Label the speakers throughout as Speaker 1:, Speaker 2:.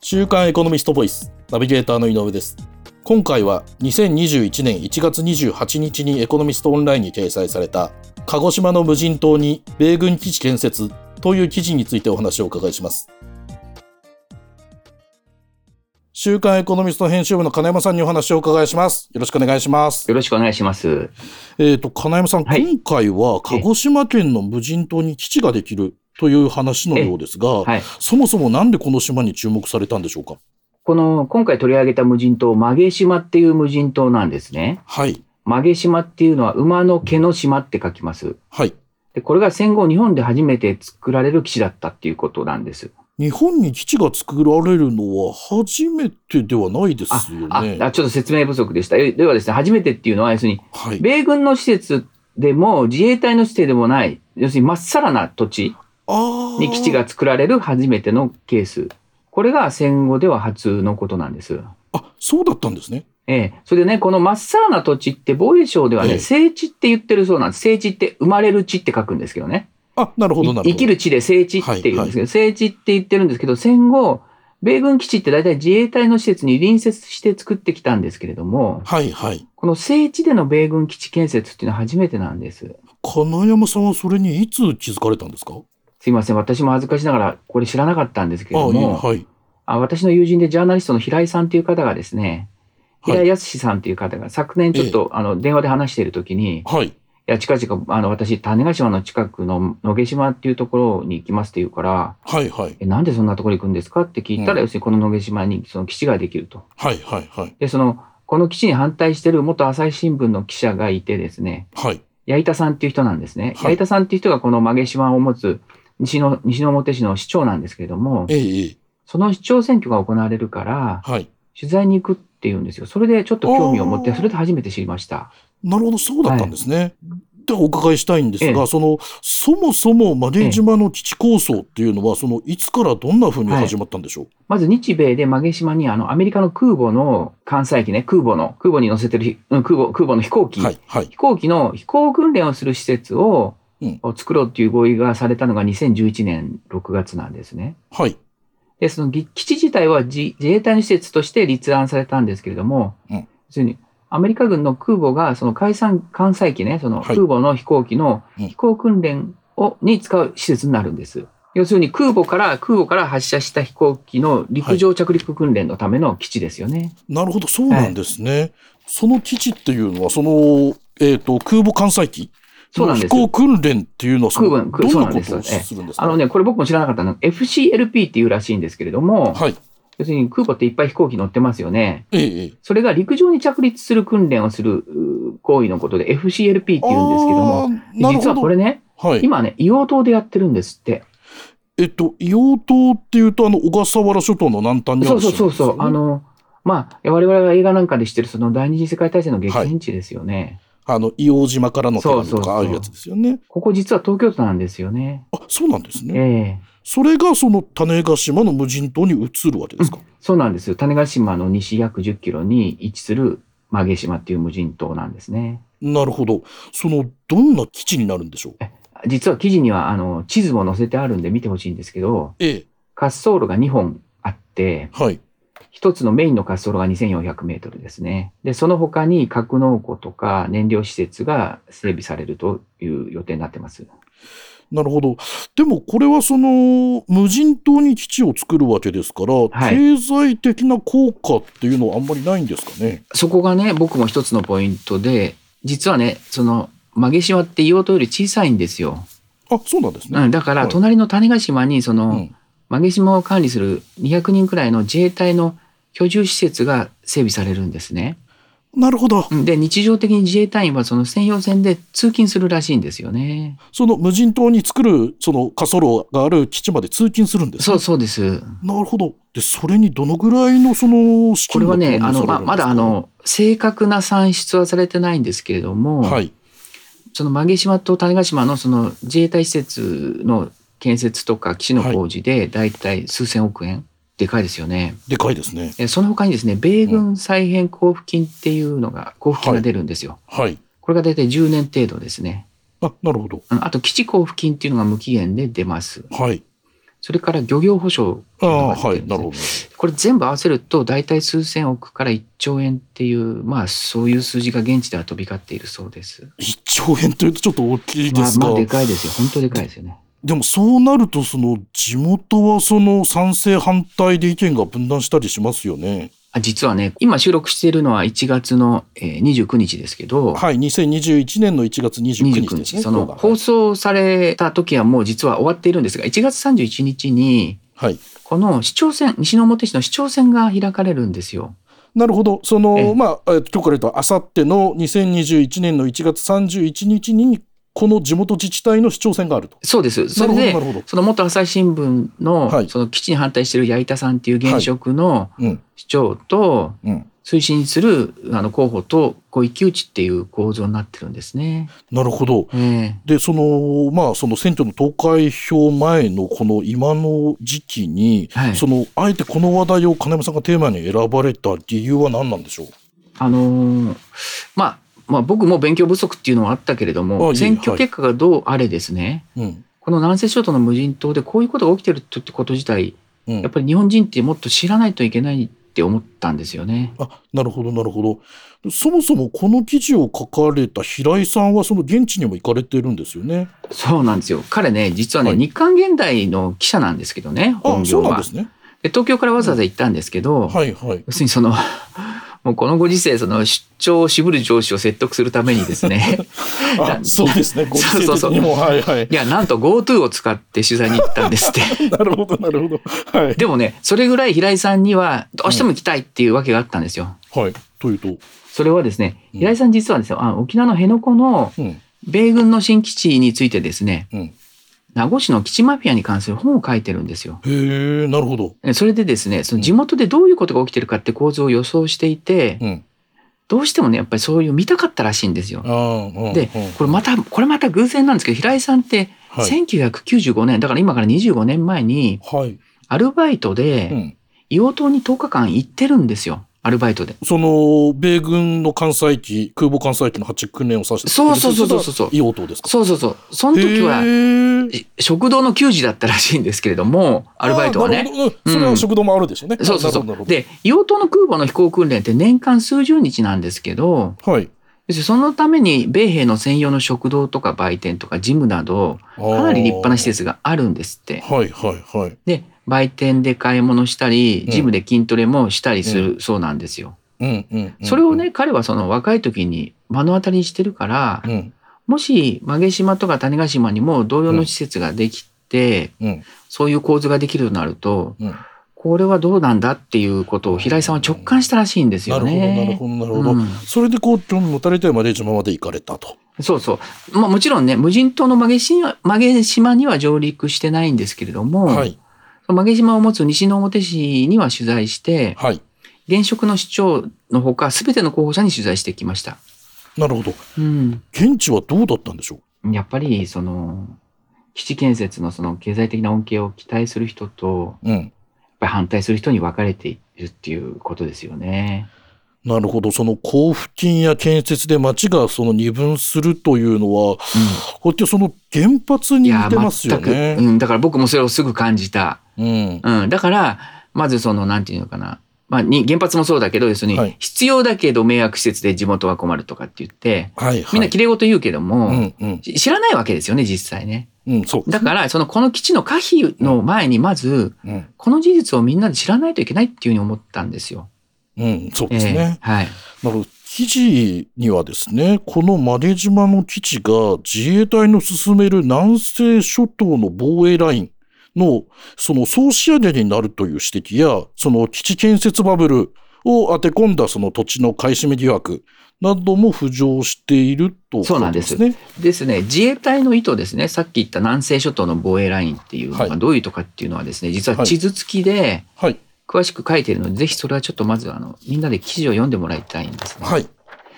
Speaker 1: 週刊エコノミストボイスナビゲーターの井上です今回は2021年1月28日にエコノミストオンラインに掲載された鹿児島の無人島に米軍基地建設という記事についてお話をお伺いします週刊エコノミスト編集部の金山さんにお話をお伺いしますよろしくお願いします
Speaker 2: よろしくお願いします。
Speaker 1: えーと金山さん、
Speaker 2: はい
Speaker 1: 今回は鹿児島県の無人島に基地ができるという話のようですが、
Speaker 2: はい。
Speaker 1: そもそもなんでこの島に注目されたんでしょうか
Speaker 2: この、今回取り上げた無人島、馬毛島っていう無人島なんですね。
Speaker 1: はい。
Speaker 2: 馬毛島っていうのは馬の毛の島って書きます。
Speaker 1: はい。
Speaker 2: で、これが戦後日本で初めて作られる基地だったっていうことなんです。
Speaker 1: 日本に基地が作られるのは初めてではないです
Speaker 2: あ
Speaker 1: よ
Speaker 2: あ
Speaker 1: ね。
Speaker 2: あ、ちょっと説明不足でした。えではですね、初めてっていうのは、要するに、
Speaker 1: はい。
Speaker 2: 米軍の施設でも自衛隊の施設でもない、要するにまっさらな土地
Speaker 1: あー
Speaker 2: に基地。が作られる初めてのケース。これが戦後では初のことなんです。
Speaker 1: あ、そうだったんですね。
Speaker 2: ええ、それでね、このまっさらな土地って防衛省では
Speaker 1: ええ
Speaker 2: ね、聖地って言ってるそうなんです。聖地って生まれる地って書くんですけどね。
Speaker 1: あ、なるほ
Speaker 2: い
Speaker 1: ど、なるほど。
Speaker 2: 生きる地で聖地って言うんですけど、聖地って言ってるんですけど、戦後、米軍基地って大体自衛隊の施設に隣接して作ってきたんですけれども、
Speaker 1: はい、はい。
Speaker 2: この聖地での米軍基地建設っていうのは初めてなんです。
Speaker 1: 金山さんはそれにいつ気づかれたんですか
Speaker 2: すいません。私も恥ずかしながらこれ知らなかったんですけれ
Speaker 1: あ
Speaker 2: ど
Speaker 1: いえ
Speaker 2: も、
Speaker 1: はい。
Speaker 2: あ私の友人でジャーナリストの平井さんという方がですね、
Speaker 1: はい
Speaker 2: 平井康さんという方が昨年ちょっと、あの電話で話しているときに、
Speaker 1: はい。
Speaker 2: いや、近々、あの、私、種子島の近くの野毛島っていうところに行きますって言うから、
Speaker 1: はい、はい。
Speaker 2: え、なんでそんなところ行くんですかって聞いた
Speaker 1: うん
Speaker 2: ら、要するにこの野毛島にその基地ができると。
Speaker 1: はい、はい、はい。
Speaker 2: で、その、この基地に反対してる元朝日新聞の記者がいてですね、
Speaker 1: はい。
Speaker 2: 八板さんっていう人なんですね。
Speaker 1: はい
Speaker 2: 八板さんっていう人がこの馬毛島を持つ西の、西の表市の市長なんですけれども、
Speaker 1: ええ、ええ。
Speaker 2: その市長選挙が行われるから、
Speaker 1: はい。
Speaker 2: 取材に行くっていうんですよ。それでちょっと興味を持っ
Speaker 1: あ
Speaker 2: て、
Speaker 1: ー
Speaker 2: それで初めて知りました。
Speaker 1: なるほど、そうだったんですね。ではお伺いしたいんですが、
Speaker 2: え
Speaker 1: その、そもそも馬毛島の基地構想っていうのは、その、いつからどんな風に始まったんでしょう、
Speaker 2: まず日米で馬毛島にあのアメリカの空母の艦載機ね、空母の、空母に乗せてるひ、うん空母、空母の飛行機、
Speaker 1: はい、はい
Speaker 2: 飛。行機の飛行訓練をする施設を、
Speaker 1: うん
Speaker 2: を作ろうという合意がされたのが2011年6月なんですね。
Speaker 1: はい。
Speaker 2: で、そのぎ基地自体は自自衛隊の施設として立案されたんですけれども、
Speaker 1: うん
Speaker 2: 要するにアメリカ軍の空母がその海産艦載機ね、その
Speaker 1: はい
Speaker 2: 空母の飛行機の
Speaker 1: うん
Speaker 2: 飛行訓練を、に使う施設になるんです。要するに空母から、空母から発射した飛行機の陸上着陸訓練のための基地ですよね。
Speaker 1: なるほど、そうなんですね。その基地っていうのは、その、えっ、と、空母艦載機。
Speaker 2: そうなん
Speaker 1: 飛
Speaker 2: です
Speaker 1: 行訓練っていうのは、その
Speaker 2: 空母空
Speaker 1: ど
Speaker 2: そ
Speaker 1: ん
Speaker 2: う
Speaker 1: な
Speaker 2: なん
Speaker 1: こ
Speaker 2: です
Speaker 1: とをするんですか
Speaker 2: あのね、これ僕も知らなかったの。FCLP っていうらしいんですけれども、
Speaker 1: はい。
Speaker 2: 要するに空母っていっぱい飛行機乗ってますよね。
Speaker 1: ええええ。
Speaker 2: それが陸上に着陸する訓練をするう行為のことで FCLP って言うんですけども、
Speaker 1: あーなる
Speaker 2: 実
Speaker 1: ほ
Speaker 2: は
Speaker 1: ど。
Speaker 2: これね、
Speaker 1: はい。
Speaker 2: 今ね、硫黄島でやってるんですって。
Speaker 1: えっと、硫黄島っていうと、あの、小笠原諸島の南端にあ
Speaker 2: そ
Speaker 1: る
Speaker 2: うそうそうそう。あ
Speaker 1: あの、
Speaker 2: の、まあ、我々が映画なんかで知ってるその第二次世界大戦の激戦地ですよね。
Speaker 1: あの、硫黄島からの手紙
Speaker 2: そ
Speaker 1: と
Speaker 2: うそうそ
Speaker 1: か、
Speaker 2: う
Speaker 1: ああいうやつですよね。
Speaker 2: ここ実は東京都なんですよね。
Speaker 1: あ、そうなんですね。
Speaker 2: ええ
Speaker 1: それが、その種子島の無人島に移るわけですか。
Speaker 2: そうなんですよ。種子島の西約10キロに位置する馬毛島っていう無人島なんですね。
Speaker 1: なるほど。その、どんな基地になるんでしょう
Speaker 2: 実は記事にはあの地図も載せてあるんで見てほしいんですけど、
Speaker 1: ええ。
Speaker 2: 滑走路が2本あって、
Speaker 1: はい。
Speaker 2: 一つのメインの滑走路が2400メートルですね。で、その他に格納庫とか燃料施設が整備されるという予定になってます。
Speaker 1: なるほど。でもこれはその無人島に基地を作るわけですから、
Speaker 2: はい
Speaker 1: 経済的な効果っていうのはあんまりないんですかね。
Speaker 2: そこがね、僕も一つのポイントで、実はね、その、馬毛島って硫黄島より小さいんですよ。
Speaker 1: あ、そうなんですね。
Speaker 2: うん、だか
Speaker 1: は
Speaker 2: ら、
Speaker 1: い
Speaker 2: 隣の種子島に、そうの、
Speaker 1: ん、
Speaker 2: 馬毛島を管理する200人くらいの自衛隊の居住施設が整備されるんですね。
Speaker 1: なるほど。
Speaker 2: うんで、日常的に自衛隊員はその専用線で通勤するらしいんですよね。
Speaker 1: その無人島に作るその滑走路がある基地まで通勤するんです。
Speaker 2: そうそうです。
Speaker 1: なるほど。で、それにどのぐらいのその資
Speaker 2: こ
Speaker 1: 金
Speaker 2: れ
Speaker 1: が
Speaker 2: は
Speaker 1: 投入されるんですか
Speaker 2: ね、あの、まあ、まだあ、の、正確な算出はされてないんですけれども、
Speaker 1: はい。
Speaker 2: その馬毛島と種子島のその自衛隊施設の建設とか基地の工事で、だいたい数千億円。でかいですよね。
Speaker 1: でかいですね。
Speaker 2: えその他にですね、米軍再編交付金っていうのが、交付金が出るんですよ。
Speaker 1: はい。
Speaker 2: これがだいたい10年程度ですね。
Speaker 1: あ、なるほど。
Speaker 2: うんあと基地交付金っていうのが無期限で出ます。
Speaker 1: はい。
Speaker 2: それから漁業保障
Speaker 1: ああ、
Speaker 2: のが入
Speaker 1: は
Speaker 2: ってる
Speaker 1: い。
Speaker 2: ん
Speaker 1: な
Speaker 2: ですね
Speaker 1: るほど。
Speaker 2: これ全部合わせると大体数千億から1兆円っていうまあそういう数字が現地では飛び交っているそうです。
Speaker 1: 1兆円というとちょっと大きいで
Speaker 2: まあ、
Speaker 1: すが、
Speaker 2: まあでかいですよ本当でかいですよね。
Speaker 1: でもそうなると、その、地元はその賛成反対で意見が分断したりしますよね。
Speaker 2: あ実はね今収録しているのは1月のえー29日ですけど、
Speaker 1: はい。2021年の1月29日
Speaker 2: 29
Speaker 1: です
Speaker 2: 日
Speaker 1: ね。
Speaker 2: その
Speaker 1: 今日が
Speaker 2: 放送された時はもう実は終わっているんですが1月31日に
Speaker 1: はい。
Speaker 2: この市長選西之表市の市長選が開かれるんですよ。
Speaker 1: なるほど。そ
Speaker 2: え
Speaker 1: の、
Speaker 2: え
Speaker 1: まあ、えっと今日から言うと、あさっての2021年の1月31日に、この地元自治体の市長選があると。
Speaker 2: そうですそ
Speaker 1: なる
Speaker 2: れ
Speaker 1: ほど、
Speaker 2: で
Speaker 1: なるほど。
Speaker 2: その元朝日新聞の,、
Speaker 1: はい
Speaker 2: その基地に反対している矢板さんっていう現職の
Speaker 1: うん。
Speaker 2: 市長と
Speaker 1: うん。
Speaker 2: 推進するあの候補とこう一騎打ちっていう構造になってるんですね。
Speaker 1: なるほど。
Speaker 2: え
Speaker 1: で、その、まあ、その選挙の投開票前のこの今の時期に
Speaker 2: え、はい、
Speaker 1: その、あえてこの話題を金山さんがテーマに選ばれた理由は何なんでしょう
Speaker 2: あのーまあまあ僕も勉強不足っていうのはあったけれど
Speaker 1: あい
Speaker 2: も
Speaker 1: い
Speaker 2: 選挙結果がどうあれですね、
Speaker 1: うん。
Speaker 2: この南西諸島の無人島でこういうことが起きてるってこと自体
Speaker 1: うん
Speaker 2: やっぱり日本人ってもっと知らないといけないって思ったんですよね。
Speaker 1: あなるほどなるほどそもそもこの記事を書かれた平井さんはその現地にも行かれてるんですよね。
Speaker 2: そうなんですよ彼ね実はね、
Speaker 1: はい
Speaker 2: 日刊現代の記者なんですけどね
Speaker 1: あ
Speaker 2: 本
Speaker 1: そ
Speaker 2: 業
Speaker 1: うなん
Speaker 2: は
Speaker 1: ですね。
Speaker 2: で東京からわざわざ行ったんですけど、
Speaker 1: はいはい。
Speaker 2: 要するにその、もうこのご時世、その出張を渋る上司を説得するためにです ね、
Speaker 1: あそうですね。ご時世
Speaker 2: そうそ
Speaker 1: 的
Speaker 2: うそう
Speaker 1: にもはいはい
Speaker 2: い。や、なんと GoTo を使って取材に行ったんで すって。
Speaker 1: なるほどなるほど。はい
Speaker 2: でもね、それぐらい平井さんにはどうしても行きたいっていうわけがあったんですよ。
Speaker 1: はい。というと、
Speaker 2: それはですね、
Speaker 1: うん
Speaker 2: 平井さん実はですよ、あ沖縄の辺野古の
Speaker 1: うん
Speaker 2: 米軍の新基地についてですね、
Speaker 1: うん。
Speaker 2: 名護市の基地マフィアに関する本を書いてるんですよ。
Speaker 1: へえなるほど。
Speaker 2: えそれでですね、その地元でどういうことが起きてるかって構造を予想していて、
Speaker 1: うん。
Speaker 2: どうしてもね、やっぱりそういう見たかったらしいんですよ。
Speaker 1: あーうん。
Speaker 2: で
Speaker 1: うん、
Speaker 2: これまた、これまた偶然なんですけど、平井さんって、
Speaker 1: はい。
Speaker 2: 1995年、だから今から25年前に、
Speaker 1: はい。
Speaker 2: アルバイト
Speaker 1: う
Speaker 2: で、
Speaker 1: ん。
Speaker 2: 硫黄島に10日間行ってるんですよ。アルバイトで。
Speaker 1: その米軍の艦載機空母艦載機の発訓練をさせて
Speaker 2: そうそうそうそうそうそう
Speaker 1: いい音ですか。
Speaker 2: そうそうそう。その時は
Speaker 1: へ、ー
Speaker 2: え食堂の給仕だったらしいんですけれども、アルバイトは
Speaker 1: あーな
Speaker 2: ね。
Speaker 1: るほどうんそれは食堂もあるでしょうね。
Speaker 2: そうそうそ
Speaker 1: あなるほ
Speaker 2: う。
Speaker 1: どなる
Speaker 2: で、硫黄島の空母の飛行訓練って年間数十日なんですけど、
Speaker 1: ほどはい。
Speaker 2: 要するにそのために米兵の専用の食堂とか売店とかジムなど、
Speaker 1: か
Speaker 2: かなり立派な施設があるんですって。
Speaker 1: はいはいはい。
Speaker 2: で売店で買い物したり
Speaker 1: うん
Speaker 2: ジムで筋トレもしたりするそうなんですよ。
Speaker 1: うんうん、うん。
Speaker 2: それをね、彼はその若い時に目の当たりにしてるから
Speaker 1: うん
Speaker 2: もし馬毛島とか種子島にも同様の施設ができて、
Speaker 1: うん
Speaker 2: そういう構図ができるとなると
Speaker 1: うん。
Speaker 2: これはどうなんだっていうことを平井さんは直感したらしいんです
Speaker 1: な
Speaker 2: よ
Speaker 1: るほど
Speaker 2: ね。
Speaker 1: なるほどなるほど。
Speaker 2: うん
Speaker 1: それでこう興味持たれてマレー島まで行かれたと。
Speaker 2: そうそう、まあ、もちろんね無人島の馬毛島馬毛島には上陸してないんですけれども、
Speaker 1: はい
Speaker 2: その馬毛島を持つ西之表市には取材して、
Speaker 1: はい。
Speaker 2: 現職の市長のほか全ての候補者に取材してきました、
Speaker 1: なるほど。
Speaker 2: うん、
Speaker 1: 現地はどうだったんでしょう。
Speaker 2: やっぱりその基地建設のその経済的な恩恵を期待する人と
Speaker 1: うん。
Speaker 2: やっぱり反対する人に分かれているっていうことですよね。
Speaker 1: なるほど。その交付金や建設で町がその二分するというのは、こうやってその原発
Speaker 2: うん、
Speaker 1: に似てますよ
Speaker 2: 全
Speaker 1: ね。
Speaker 2: く、うん、だから僕もそれをすぐ感じた、
Speaker 1: うん。
Speaker 2: うん、だからまずそのなんていうのかな、まあ、に原発もそうだけど要するに、
Speaker 1: はい
Speaker 2: 必要だけど迷惑施設で地元は困るとかって言って
Speaker 1: はいはい。
Speaker 2: みんな綺麗事言うけども、
Speaker 1: うんうん
Speaker 2: し知らないわけですよね実際ね。
Speaker 1: うんそうです
Speaker 2: だから、その、この基地の可否の前に、まず、
Speaker 1: うん
Speaker 2: この事実をみんなで知らないといけないっていうふうに思ったんですよ。
Speaker 1: うんそうですね。
Speaker 2: ええはい。
Speaker 1: なるほど記事にはですね、このマレ島の基地が自衛隊の進める南西諸島の防衛ラインのその総仕上げになるという指摘や、その基地建設バブルを当て込んだその土地の買い占め疑惑なども浮上していると
Speaker 2: そうなんです
Speaker 1: ことね。
Speaker 2: ですね、自衛隊の意図ですね、さっき言った南西諸島の防衛ラインっていうの
Speaker 1: は
Speaker 2: が
Speaker 1: い
Speaker 2: どういうとかっていうのはですね、実
Speaker 1: は
Speaker 2: はい地図付きで
Speaker 1: はい。
Speaker 2: 詳しく書いてるので、ぜひそれはちょっとまず、あの、みんなで記事を読んでもらいたいんですね。
Speaker 1: はい。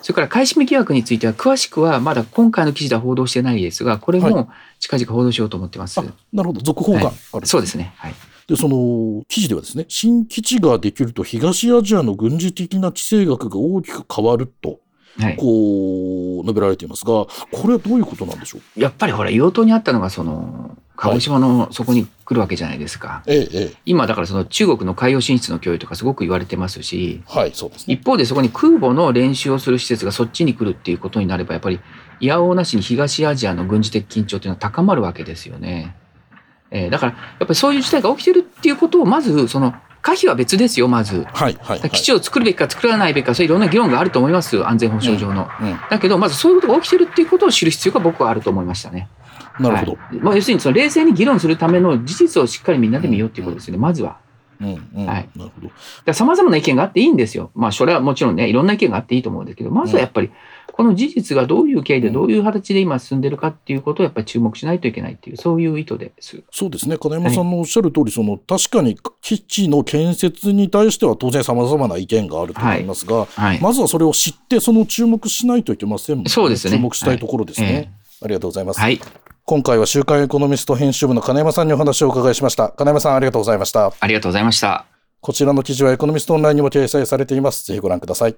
Speaker 2: それから、買い占め疑惑については、詳しくはまだ今回の記事では報道してないですが、これ
Speaker 1: は
Speaker 2: も近々報道しようと思ってます。
Speaker 1: あ、なるほど。続報がある、
Speaker 2: そうですね。はい。
Speaker 1: で、その記事ではですね、新基地ができると東アジアの軍事的な地政学が大きく変わると
Speaker 2: はい。
Speaker 1: こう述べられていますが、これはどういうことなんでしょう。
Speaker 2: やっぱりほら、硫黄島にあったのが、その、鹿児島のそこに来るわけじゃないですか。
Speaker 1: ええ、ええ。
Speaker 2: 今だからその中国の海洋進出の脅威とかすごく言われてますし、
Speaker 1: はい、そうですね。
Speaker 2: 一方でそこに空母の練習をする施設がそっちに来るっていうことになれば、やっぱり、いやおうなしに東アジアの軍事的緊張というのは高まるわけですよね。えーだから、やっぱりそういう事態が起きてるっていうことを、まず、その、可否は別ですよ、まず。
Speaker 1: はい、はい、はい。
Speaker 2: 基地を作るべきか作らないべきか、そういういろんな議論があると思いますよ、安全保障上の。
Speaker 1: うん、
Speaker 2: だけど、まずそういうことが起きてるっていうことを知る必要が僕はあると思いましたね。
Speaker 1: なるほど。
Speaker 2: はいまあ、要するにその冷静に議論するための事実をしっかりみんなで見ようっていうことですよね、まずは。
Speaker 1: うん、うん、
Speaker 2: はい
Speaker 1: なるほど。
Speaker 2: さまざまな意見があっていいんですよ。まあ、それはもちろんね、いろんな意見があっていいと思うんですけど、まずはやっぱり、この事実がどういう経緯で、
Speaker 1: うん
Speaker 2: どういう形で今進んでるかっていうことをやっぱり注目しないといけないっていう、そういう意図です。
Speaker 1: そうですね。金山さんのおっしゃる通り、その、確かに基地の建設に対しては当然様々な意見があると思いますが、
Speaker 2: はい。
Speaker 1: まずはそれを知って、その注目しないといけませんもん
Speaker 2: そうですね
Speaker 1: 注目したいところですね。
Speaker 2: はいえ
Speaker 1: ありがとうございます。
Speaker 2: はい。
Speaker 1: 今回は週刊エコノミスト編集部の金山さんにお話をお伺いしました。金山さんありがとうございました。
Speaker 2: ありがとうございました。
Speaker 1: こちらの記事はエコノミストオンラインにも掲載されています。ぜひご覧ください。